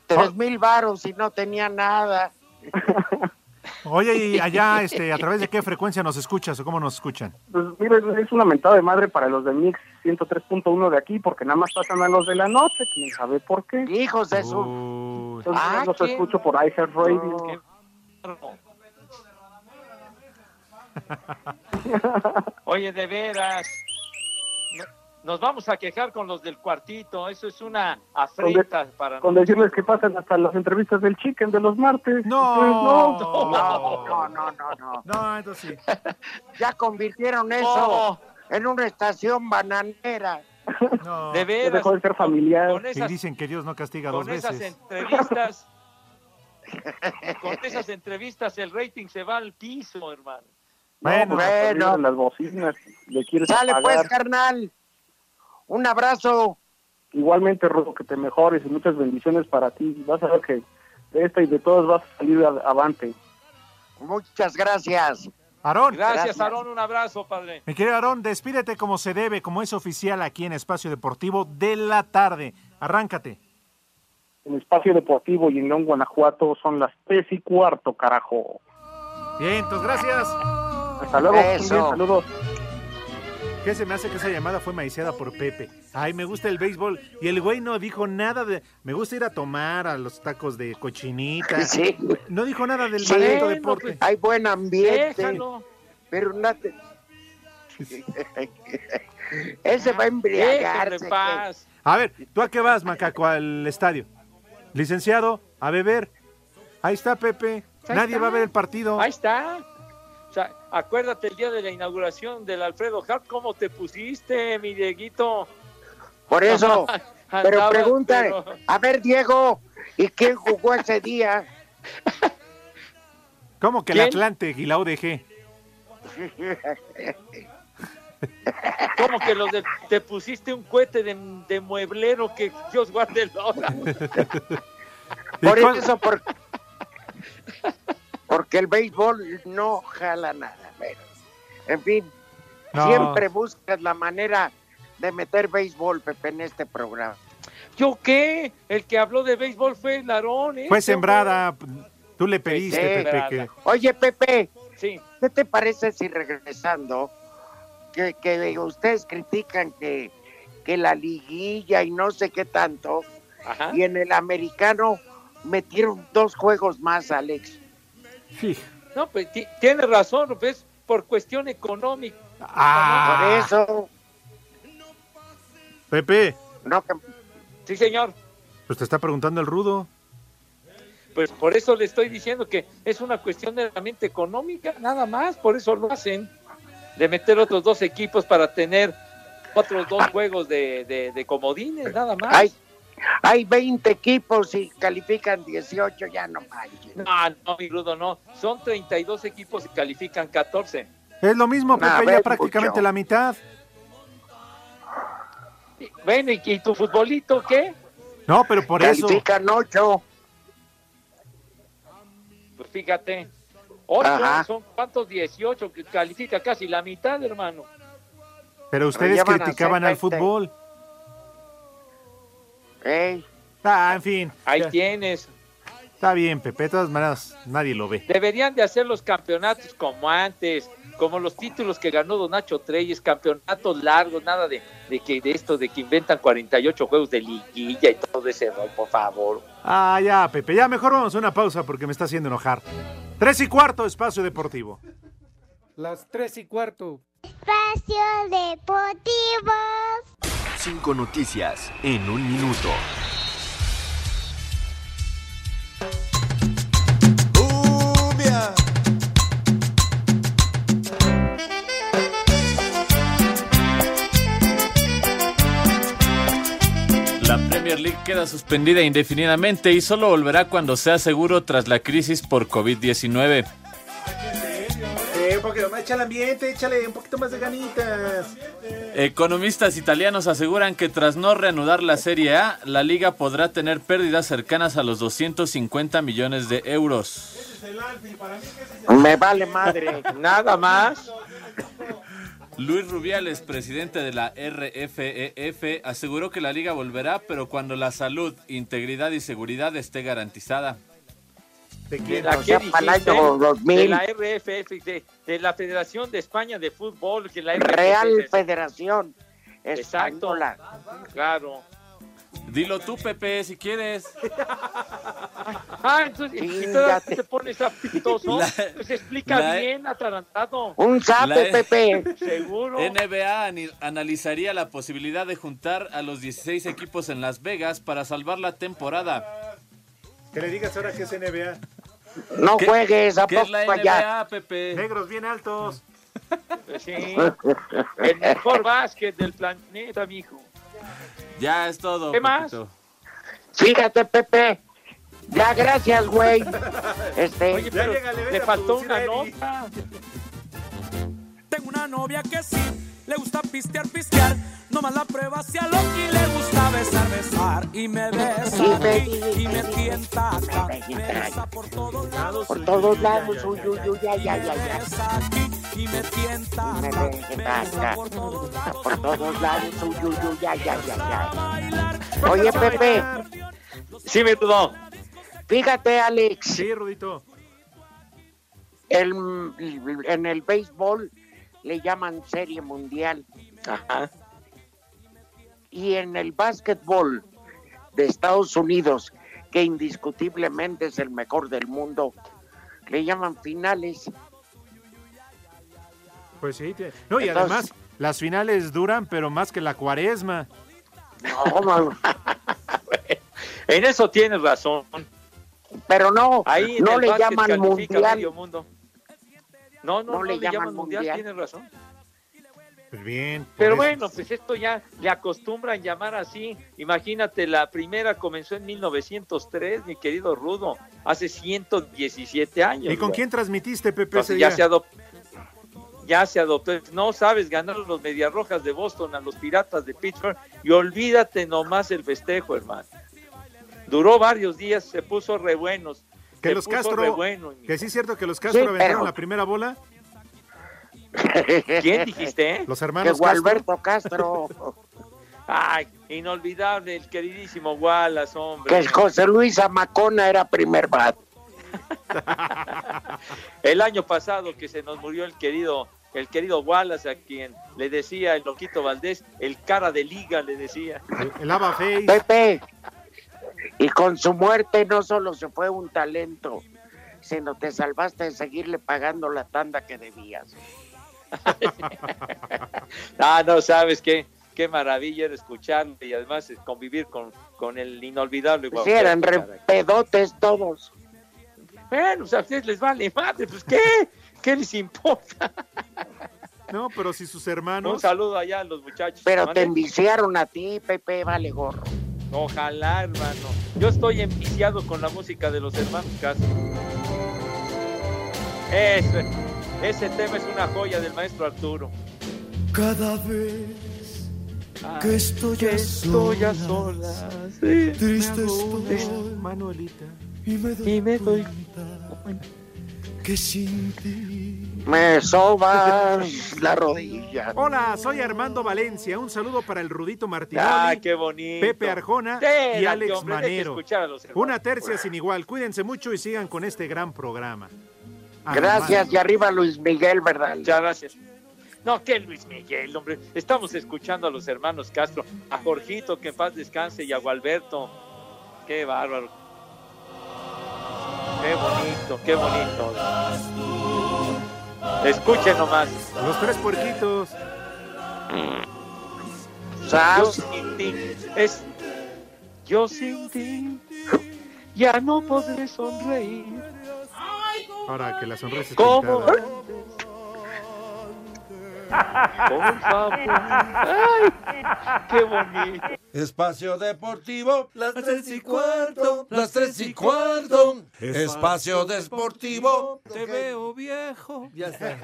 C: Pues
E: Tres mil varos y no tenía nada.
C: oye, y allá, este, ¿a través de qué frecuencia nos escuchas o cómo nos escuchan?
P: Pues mira, es- es una mentada de madre para los de Mix 103.1 de aquí, porque nada más pasan a los de la noche, quién sabe por qué.
E: Hijos de su...
N: Pues
P: Entonces
E: Ah,
P: yo los
E: qué
P: escucho por iHeartRadio.
F: Qué [LAUGHS] Oye, de veras. No- Nos vamos a quejar con los del cuartito. Eso es una
P: Con, de-
F: afrenta para
P: con
F: nosotros.
P: decirles que pasan hasta las entrevistas del Chicken de los martes.
C: No,
P: Entonces,
C: no,
E: No, no, no, no, no.
C: No, entonces sí.
E: Ya convirtieron
F: Oh.
E: eso en una estación bananera.
C: No.
F: De
P: no, ya
F: veras,
P: dejó de ser familiar.
F: con
C: Y
F: esas,
C: dicen que Dios no castiga dos
F: con esas
C: veces. [LAUGHS]
F: entrevistas, con esas entrevistas el rating se va al piso, hermano.
C: Bueno,
P: No, pues, hasta
E: bueno.
P: olvidan Las bocinas, le quieres
E: Sale pues,
P: apagar.
E: carnal. Un abrazo.
P: Igualmente, Rudo, que te mejores y muchas bendiciones para ti. Vas a ver que de esta y de todas vas a salir ad- avante.
E: Muchas gracias.
C: Aarón,
F: Gracias,
E: Gracias.
F: Aarón. Un abrazo, padre.
C: mi querido Aarón, despídete como se debe, como es oficial aquí en Espacio Deportivo de la tarde. Arráncate.
P: En Espacio Deportivo y en León, Guanajuato son las tres y cuarto, carajo.
C: Bien, entonces gracias.
P: Hasta luego.
E: Eso.
P: Bien, saludos.
C: ¿Qué se me hace que esa llamada fue maiciada por Pepe? Ay, me gusta el béisbol. Y el güey no dijo nada de. Me gusta ir a tomar a los tacos de
E: [LAUGHS]
C: cochinita.
E: Sí.
C: No dijo nada del
E: Sí.
C: maldito
F: Bueno, pues,
C: deporte.
E: Hay buen ambiente.
F: Déjalo.
E: Pero no te- [LAUGHS] Ese va a
F: Déjalo
E: embriagarse.
F: en
E: que-
F: paz.
C: A ver, ¿tú a qué vas, macaco, al estadio? Licenciado, a beber. Ahí está Pepe.
F: Ahí
C: Nadie
F: está.
C: va a ver el partido.
F: Ahí está. O sea, acuérdate el día de la inauguración del Alfredo Hart, cómo te pusiste, mi Dieguito.
E: Por
F: [LAUGHS]
E: eso. Pero
F: Andabas,
E: pregunta,
F: pero-
E: a ver, Diego, ¿y quién jugó ese día?
C: ¿Cómo que el
F: ¿Quién?
C: Atlante y la ODG?
F: Como que los de- te pusiste un cohete de, de mueblero que Dios guarde el hora.
C: ¿Y
E: Por
C: cuál-
E: eso, por- porque el béisbol no jala nada. pero, En fin,
C: No.
E: siempre buscas la manera de meter béisbol, Pepe, en este programa.
F: ¿Yo qué? El que habló de béisbol fue el Larón. ¿eh?
C: Fue sembrada. Tú le pediste,
E: Sí.
C: Pepe, que.
E: Oye, Pepe,
F: Sí.
E: ¿qué te parece si regresando, que, que ustedes critican que, que la liguilla y no sé qué tanto,
F: Ajá.
E: y en el americano metieron dos juegos más, Alex?
C: Sí.
F: No, pues ti- tienes razón, pues por cuestión económica.
C: Ah,
E: Por eso,
C: Pepe,
E: no que
F: Sí, señor.
C: pues te está preguntando el rudo.
F: Pues por eso le estoy diciendo que es una cuestión meramente económica, nada más, por eso lo hacen, de meter otros dos equipos para tener otros dos juegos de, de- de comodines, nada más.
E: Hay, hay 20 equipos y califican 18, ya no manches.
F: No, no, mi grudo, no. Son 32 equipos y califican 14.
C: Es lo mismo,
E: Nah,
C: Pepe,
E: ve,
C: ya
E: Ah, mucho.
C: prácticamente la mitad.
F: Y- Bueno, ¿y, y tu futbolito qué?
C: No, pero por eso.
E: califican 8.
F: Pues fíjate, 8,
E: Ajá.
F: son cuántos 18 que califica casi la mitad, hermano.
C: Pero ustedes
E: ya van a
C: criticaban
E: ser
C: al
E: 20.
C: fútbol.
E: Ey,
C: Ah, en fin.
E: ¿eh?
F: Ahí
C: Ya.
F: tienes.
C: Está bien, Pepe, de todas maneras nadie lo ve.
F: Deberían de hacer los campeonatos como antes, como los títulos que ganó Don Nacho Treyes, campeonatos largos, nada de, de que de esto, de que inventan 48 juegos de liguilla y todo ese rol, por favor.
C: Ah, ya, Pepe, ya mejor vamos a una pausa porque me está haciendo enojar. Tres y cuarto, espacio deportivo.
Q: Las tres y cuarto.
N: Espacio Deportivo.
R: Cinco noticias en un minuto.
S: La Premier League queda suspendida indefinidamente y solo volverá cuando sea seguro tras la crisis por COVID-19.
C: Eh, un poquito más, échale ambiente, échale un poquito más de ganitas.
S: Economistas italianos aseguran que tras no reanudar la Serie A, la liga podrá tener pérdidas cercanas a los 250 millones de euros.
E: Me vale madre, nada más.
S: Luis Rubiales, presidente de la RFEF, aseguró que la liga volverá, pero cuando la salud, integridad y seguridad esté garantizada.
F: de la, que dijiste, de la RFF, de, de la Federación de España de Fútbol, que la RFF,
E: Real Federación
F: exacto,
E: Española.
F: claro.
S: Dilo tú, Pepe, si quieres.
F: Ah, entonces, y todavía te pones apitoso, pues explica
S: la-
F: bien, atarantado.
S: La- E.
F: Seguro.
S: NBA ani- analizaría la posibilidad de juntar a los 16 equipos en Las Vegas para salvar la temporada.
C: Que le digas ahora que es NBA.
E: No
S: ¿Qué-
E: juegues, a
S: qué es
E: poco
S: la
E: para allá.
S: NBA, Pepe?
C: Negros bien altos.
F: Pues sí, el mejor básquet del planeta, mijo.
S: Ya es todo.
F: ¿Qué más?
S: Pepito.
E: [LAUGHS] Fíjate, Pepe. Ya, gracias,
S: [LAUGHS]
E: güey. Este,
F: Oye, pero le faltó una nota.
L: Tengo una novia que sí, le gusta pistear, pistear. Nomás la prueba sea lo y le gusta besar, besar. Y me besa aquí, y me tienta acá. Me besa por todos lados.
E: por todos lados, uy, uy, uy, ya, ya, ya, ya.
L: Y me tienta
E: Me
L: acá. Me besa por todos lados.
E: Por todos lados, uy, uy, uy, ya, ya, ya, ya. Oye, Pepe.
F: Sí, me dudó.
E: Fíjate, Alex.
C: Sí, Rudito.
E: El, en el béisbol le llaman Serie Mundial. Y en el básquetbol de Estados Unidos, que indiscutiblemente es el mejor del mundo, le llaman finales.
C: Pues sí. te- No, y
E: Entonces-
C: además, las finales duran, pero más que la cuaresma.
F: En eso tienes razón.
E: [LAUGHS] Pero no,
F: Ahí en
E: no
F: el
E: le
F: básquet
E: llaman
F: califica
E: mundial.
F: medio mundo. No, no, no, le, llaman, mundial, tienes razón.
C: Pues bien. por
F: Pero
C: eso.
F: bueno, pues esto ya le acostumbran llamar así. Imagínate, la primera comenzó en 1903, mi querido Rudo, hace 117 años.
C: ¿Y con
F: güey.
C: quién transmitiste, Pepe, ese
F: Entonces, ya
C: día?
F: se adoptó. Ya se adoptó. No sabes ganar los Medias Rojas de Boston a los Piratas de Pittsburgh y olvídate nomás el festejo, hermano. Duró varios días, se puso re buenos.
C: Que
F: se
C: los
F: puso
C: Castro.
F: re bueno.
C: Que sí es cierto que los Castro
F: Sí,
C: aventaron
F: pero-
C: la primera bola.
E: [LAUGHS]
F: ¿Quién
C: [LAUGHS]
F: dijiste? eh?
C: Los hermanos
F: Que
C: Castro.
F: Gualberto
E: Castro.
F: Ay, inolvidable el queridísimo Wallace, hombre.
E: Que el José Luis Amacona era primer bat.
F: El año pasado que se nos murió el querido, el querido Wallace, a quien le decía el loquito Valdés, el cara de liga le decía.
C: eh, El Ava Face.
E: Pepe. Y con su muerte no solo se fue un talento, sino te salvaste de seguirle pagando la tanda que debías.
F: Ah, no sabes qué, qué maravilla era escucharlo y además es convivir con, con el inolvidable
E: Pues Sí, eran
F: Cuauhtémoc,
E: re pedotes todos.
F: caray. Bueno, pues a ustedes les vale madre, pues qué, qué les importa.
C: No, pero si sus
F: Un
C: hermanos.
F: saludo allá a los muchachos.
E: Pero te
F: ¿vale?
E: enviciaron a ti, Pepe, vale gorro.
F: Ojalá, hermano. Yo estoy enviciado con la música de los hermanos Castro. Eso, ese tema es una joya del maestro Arturo.
L: Cada vez que estoy,
F: que
L: a,
F: estoy a
L: solas,
F: solas,
L: triste
F: me hago
L: estoy,
C: Manuelita.
L: y me doy, cuenta que sin ti
E: Me
F: [LAUGHS]
E: sobas la
F: Ah,
E: rodilla.
C: Hola, soy Armando Valencia. Un saludo para el Rudito Martínez.
F: Ah, qué bonito.
C: Pepe Arjona
F: Sí,
C: y
F: la-
C: Alex
F: hombre, hay que
C: Manero.
F: escuchar a los hermanos.
C: Una tercia sin igual. Cuídense mucho y sigan con este gran programa.
E: Gracias y arriba Luis Miguel, ¿verdad?
F: Muchas gracias. No, que Luis Miguel, hombre. Estamos escuchando a los hermanos Castro, a Jorgito, que en paz descanse, y a Gualberto. Qué bárbaro. Qué bonito, qué bonito. Escuchen nomás.
C: Los tres puerquitos.
F: Yo sin ti. Es. Yo sin ti. Ya no podré sonreír.
C: Ahora que la sonrisa esté
F: ¿Cómo?
C: pintada.
F: Por favor. Ay, qué bonito.
T: Espacio Deportivo, las tres y cuarto,
L: las tres y
T: cuarto.
L: Espacio
T: Deportivo.
L: Te veo viejo. Ya está.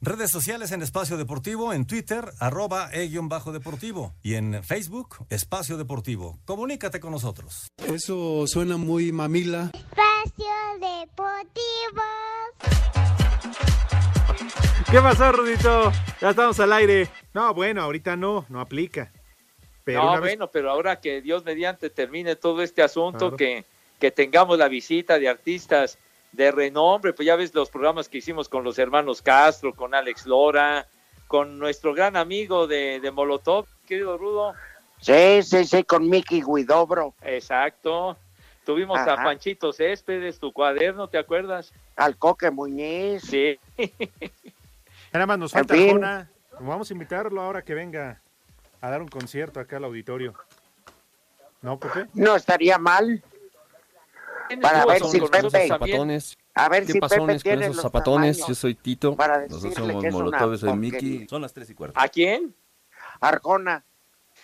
J: Redes sociales en Espacio Deportivo, en Twitter, arroba e e-deportivo y en Facebook, Espacio Deportivo. Comunícate con nosotros.
Q: Eso suena muy mamila.
N: Espacio Deportivo.
C: ¿Qué pasó, Rudito? Ya estamos al aire. No, bueno, ahorita no, no aplica. Pero
F: no,
C: una vez-
F: bueno, pero ahora que Dios mediante termine todo este asunto,
C: Claro.
F: que, que tengamos la visita de artistas de renombre, pues ya ves los programas que hicimos con los hermanos Castro, con Alex Lora, con nuestro gran amigo de, de Molotov, querido Rudo.
E: Sí, sí, sí, con Mickey Guidobro.
F: Exacto. Tuvimos a
E: Ajá.
F: Panchito Céspedes, tu cuaderno, ¿te acuerdas?
E: Al Coque Muñiz.
F: Sí.
C: Nada más nos falta
E: En fin.
C: Arjona. Vamos a invitarlo ahora que venga a dar un concierto acá al auditorio. ¿No, Pepe?
E: No estaría mal. Para
C: estuvo
E: ver
C: son
E: si
C: con
E: Pepe.
C: nosotros también?
E: A ver
U: ¿Qué
E: si
U: pasones
E: Pepe
U: con
E: tiene
U: esos
E: los
U: zapatones?
E: tamaños.
U: Yo soy Tito.
E: para
U: Nosotros
E: decirle
U: somos
E: que es una
U: molotoves de
E: porquería.
U: Mickey. Son las tres y cuarto.
F: ¿A quién?
E: Arjona.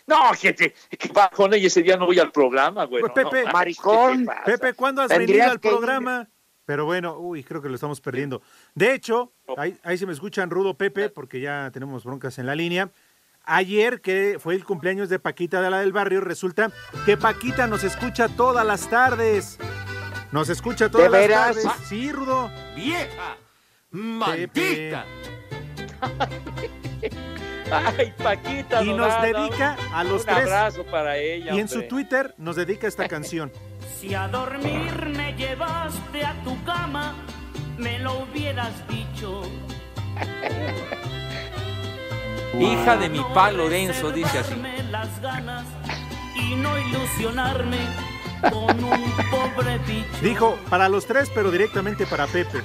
F: No, gente, que va con ella ese día no voy al programa, güey. no,
C: Pues, Pepe,
F: no, ¿qué te pasa?
C: Pepe, ¿cuándo has
F: Tendrías
C: venido al
F: que ir.
C: programa? Pero bueno, uy, creo que lo estamos perdiendo. De hecho, ahí, ahí se me escuchan rudo Pepe, porque ya tenemos broncas en la línea. Ayer, que fue el cumpleaños de Paquita de la del barrio, resulta que Paquita nos escucha todas las tardes. Nos escucha todas
E: ¿De veras?
F: Ah.
C: las tardes. Sí, rudo.
F: ¡Vieja!
C: ¡Maldita!
F: Ay, Paquita.
C: Y nos
F: Dorada,
C: dedica a los
F: un
C: tres.
F: abrazo para ella.
C: Y en su
F: hombre.
C: Twitter nos dedica esta canción.
V: Si a dormir me llevaste a tu cama, me lo hubieras dicho.
W: Hija de mi pa Lorenzo, dice así.
V: Darme las ganas y no ilusionarme con un pobre bicho.
C: Dijo, para los tres, pero directamente para Pepe.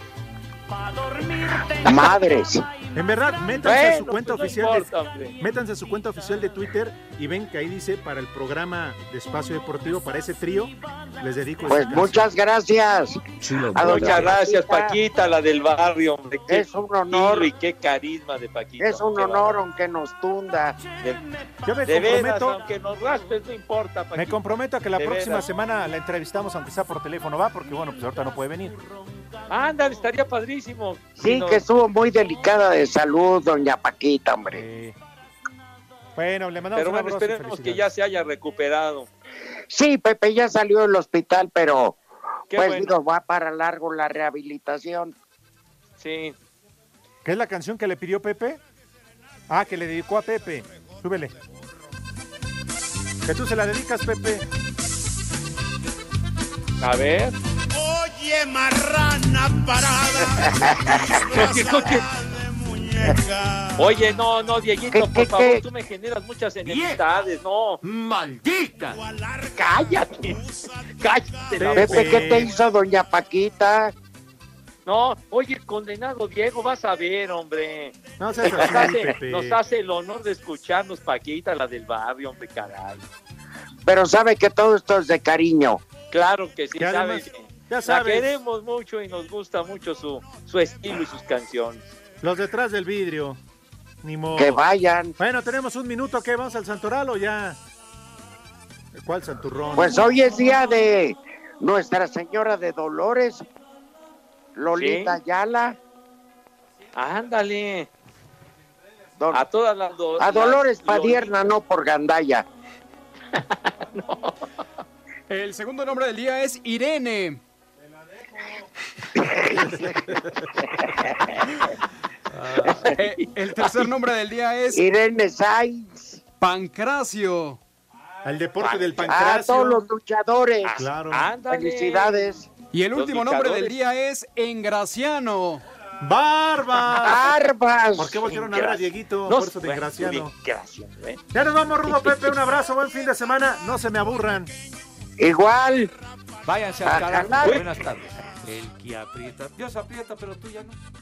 V: Pa' dormirte
F: Pues,
E: Madres.
C: En verdad, métanse a su
F: Bueno,
C: cuenta
F: pues no
C: oficial
F: importa,
C: de,
F: hombre.
C: métanse a su cuenta oficial de Twitter y ven que ahí dice para el programa de Espacio Deportivo para ese trío les dedico
E: Pues
C: esta
E: muchas gracias.
C: canción.
E: a don
F: Muchas gracias, Paquita, la del barrio, hombre. Qué
E: Es un honor.
F: estilo Y qué carisma de Paquita.
E: Es un
F: qué
E: honor aunque nos tunda.
C: Yo me
F: bárbaro. De veras,
C: comprometo-
F: aunque nos raspes, no importa, Paquita.
C: Me comprometo a que la
F: De
C: próxima
F: veras.
C: semana la entrevistamos aunque sea por teléfono, va, porque bueno, pues ahorita no puede venir.
F: Ándale, estaría padrísimo. Si
E: Sí,
F: nos-
E: que estuvo muy delicada de salud, doña Paquita, hombre.
C: Eh, Bueno, le mandamos
F: Pero
C: un
F: bueno,
C: abrazo. y
F: esperemos que
C: felicidades.
F: ya se haya recuperado.
E: Sí, Pepe ya salió del hospital, pero
F: Qué
E: pues
F: bueno.
E: digo, va para largo la rehabilitación.
F: Sí.
C: ¿Qué es la canción que le pidió Pepe? Ah, que le dedicó a Pepe. Súbele. Que tú se la dedicas, Pepe.
F: A ver.
B: Oye, marrana parada.
F: Oye, no, no, Dieguito, por
B: qué,
F: favor,
B: qué?
F: tú me generas muchas enemistades, no. ¡Maldita! ¡Cállate! ¡Cállate! la boca.
E: Pepe, ¿qué te hizo doña Paquita?
F: No, oye, el condenado Diego, vas a ver, hombre.
C: No
F: nos, [LAUGHS]
C: seas así,
F: hace,
C: Pepe.
F: nos hace el honor de escucharnos, Paquita, la del barrio, hombre, caray.
E: Pero sabe que todo esto es de cariño.
F: Claro que sí,
E: Que además,
F: sabes.
C: ya
F: La
C: sabes.
F: queremos mucho y nos gusta mucho su, su estilo y sus canciones.
C: Los detrás del vidrio. Ni modo.
E: Que vayan.
C: Bueno, tenemos un minuto que vamos al Santoral o ya. ¿Cuál Santurrón?
E: Pues hoy es día de Nuestra Señora de Dolores, Lolita
F: Sí.
E: Ayala,
F: Ándale. a todas las do-
E: a Dolores
F: las-
E: Padierna, no por Gandaya.
Q: El segundo nombre del día es Irene.
A: Eh, el tercer nombre del día es.
E: Irene Sainz.
A: Pancracio.
C: Al deporte del pancracio.
E: A ah, todos los luchadores.
C: Claro.
A: Ándale.
E: Felicidades.
A: Y el último nombre del día es Engraciano.
C: ¡Barbas!
E: Ah. ¡Barbas!
C: ¿Por qué volvieron a ver a Dieguito?
E: No,
C: Por eso desgraciado.
X: Gracias, ¿eh?
C: Ya nos vamos, Rudo Pepe. Un abrazo, buen fin de semana. No se me aburran.
E: Igual.
F: Váyanse
E: A [LAUGHS]
F: a carajo.
E: ganar.
F: Buenas tardes. El que aprieta. Dios aprieta, pero tú ya no.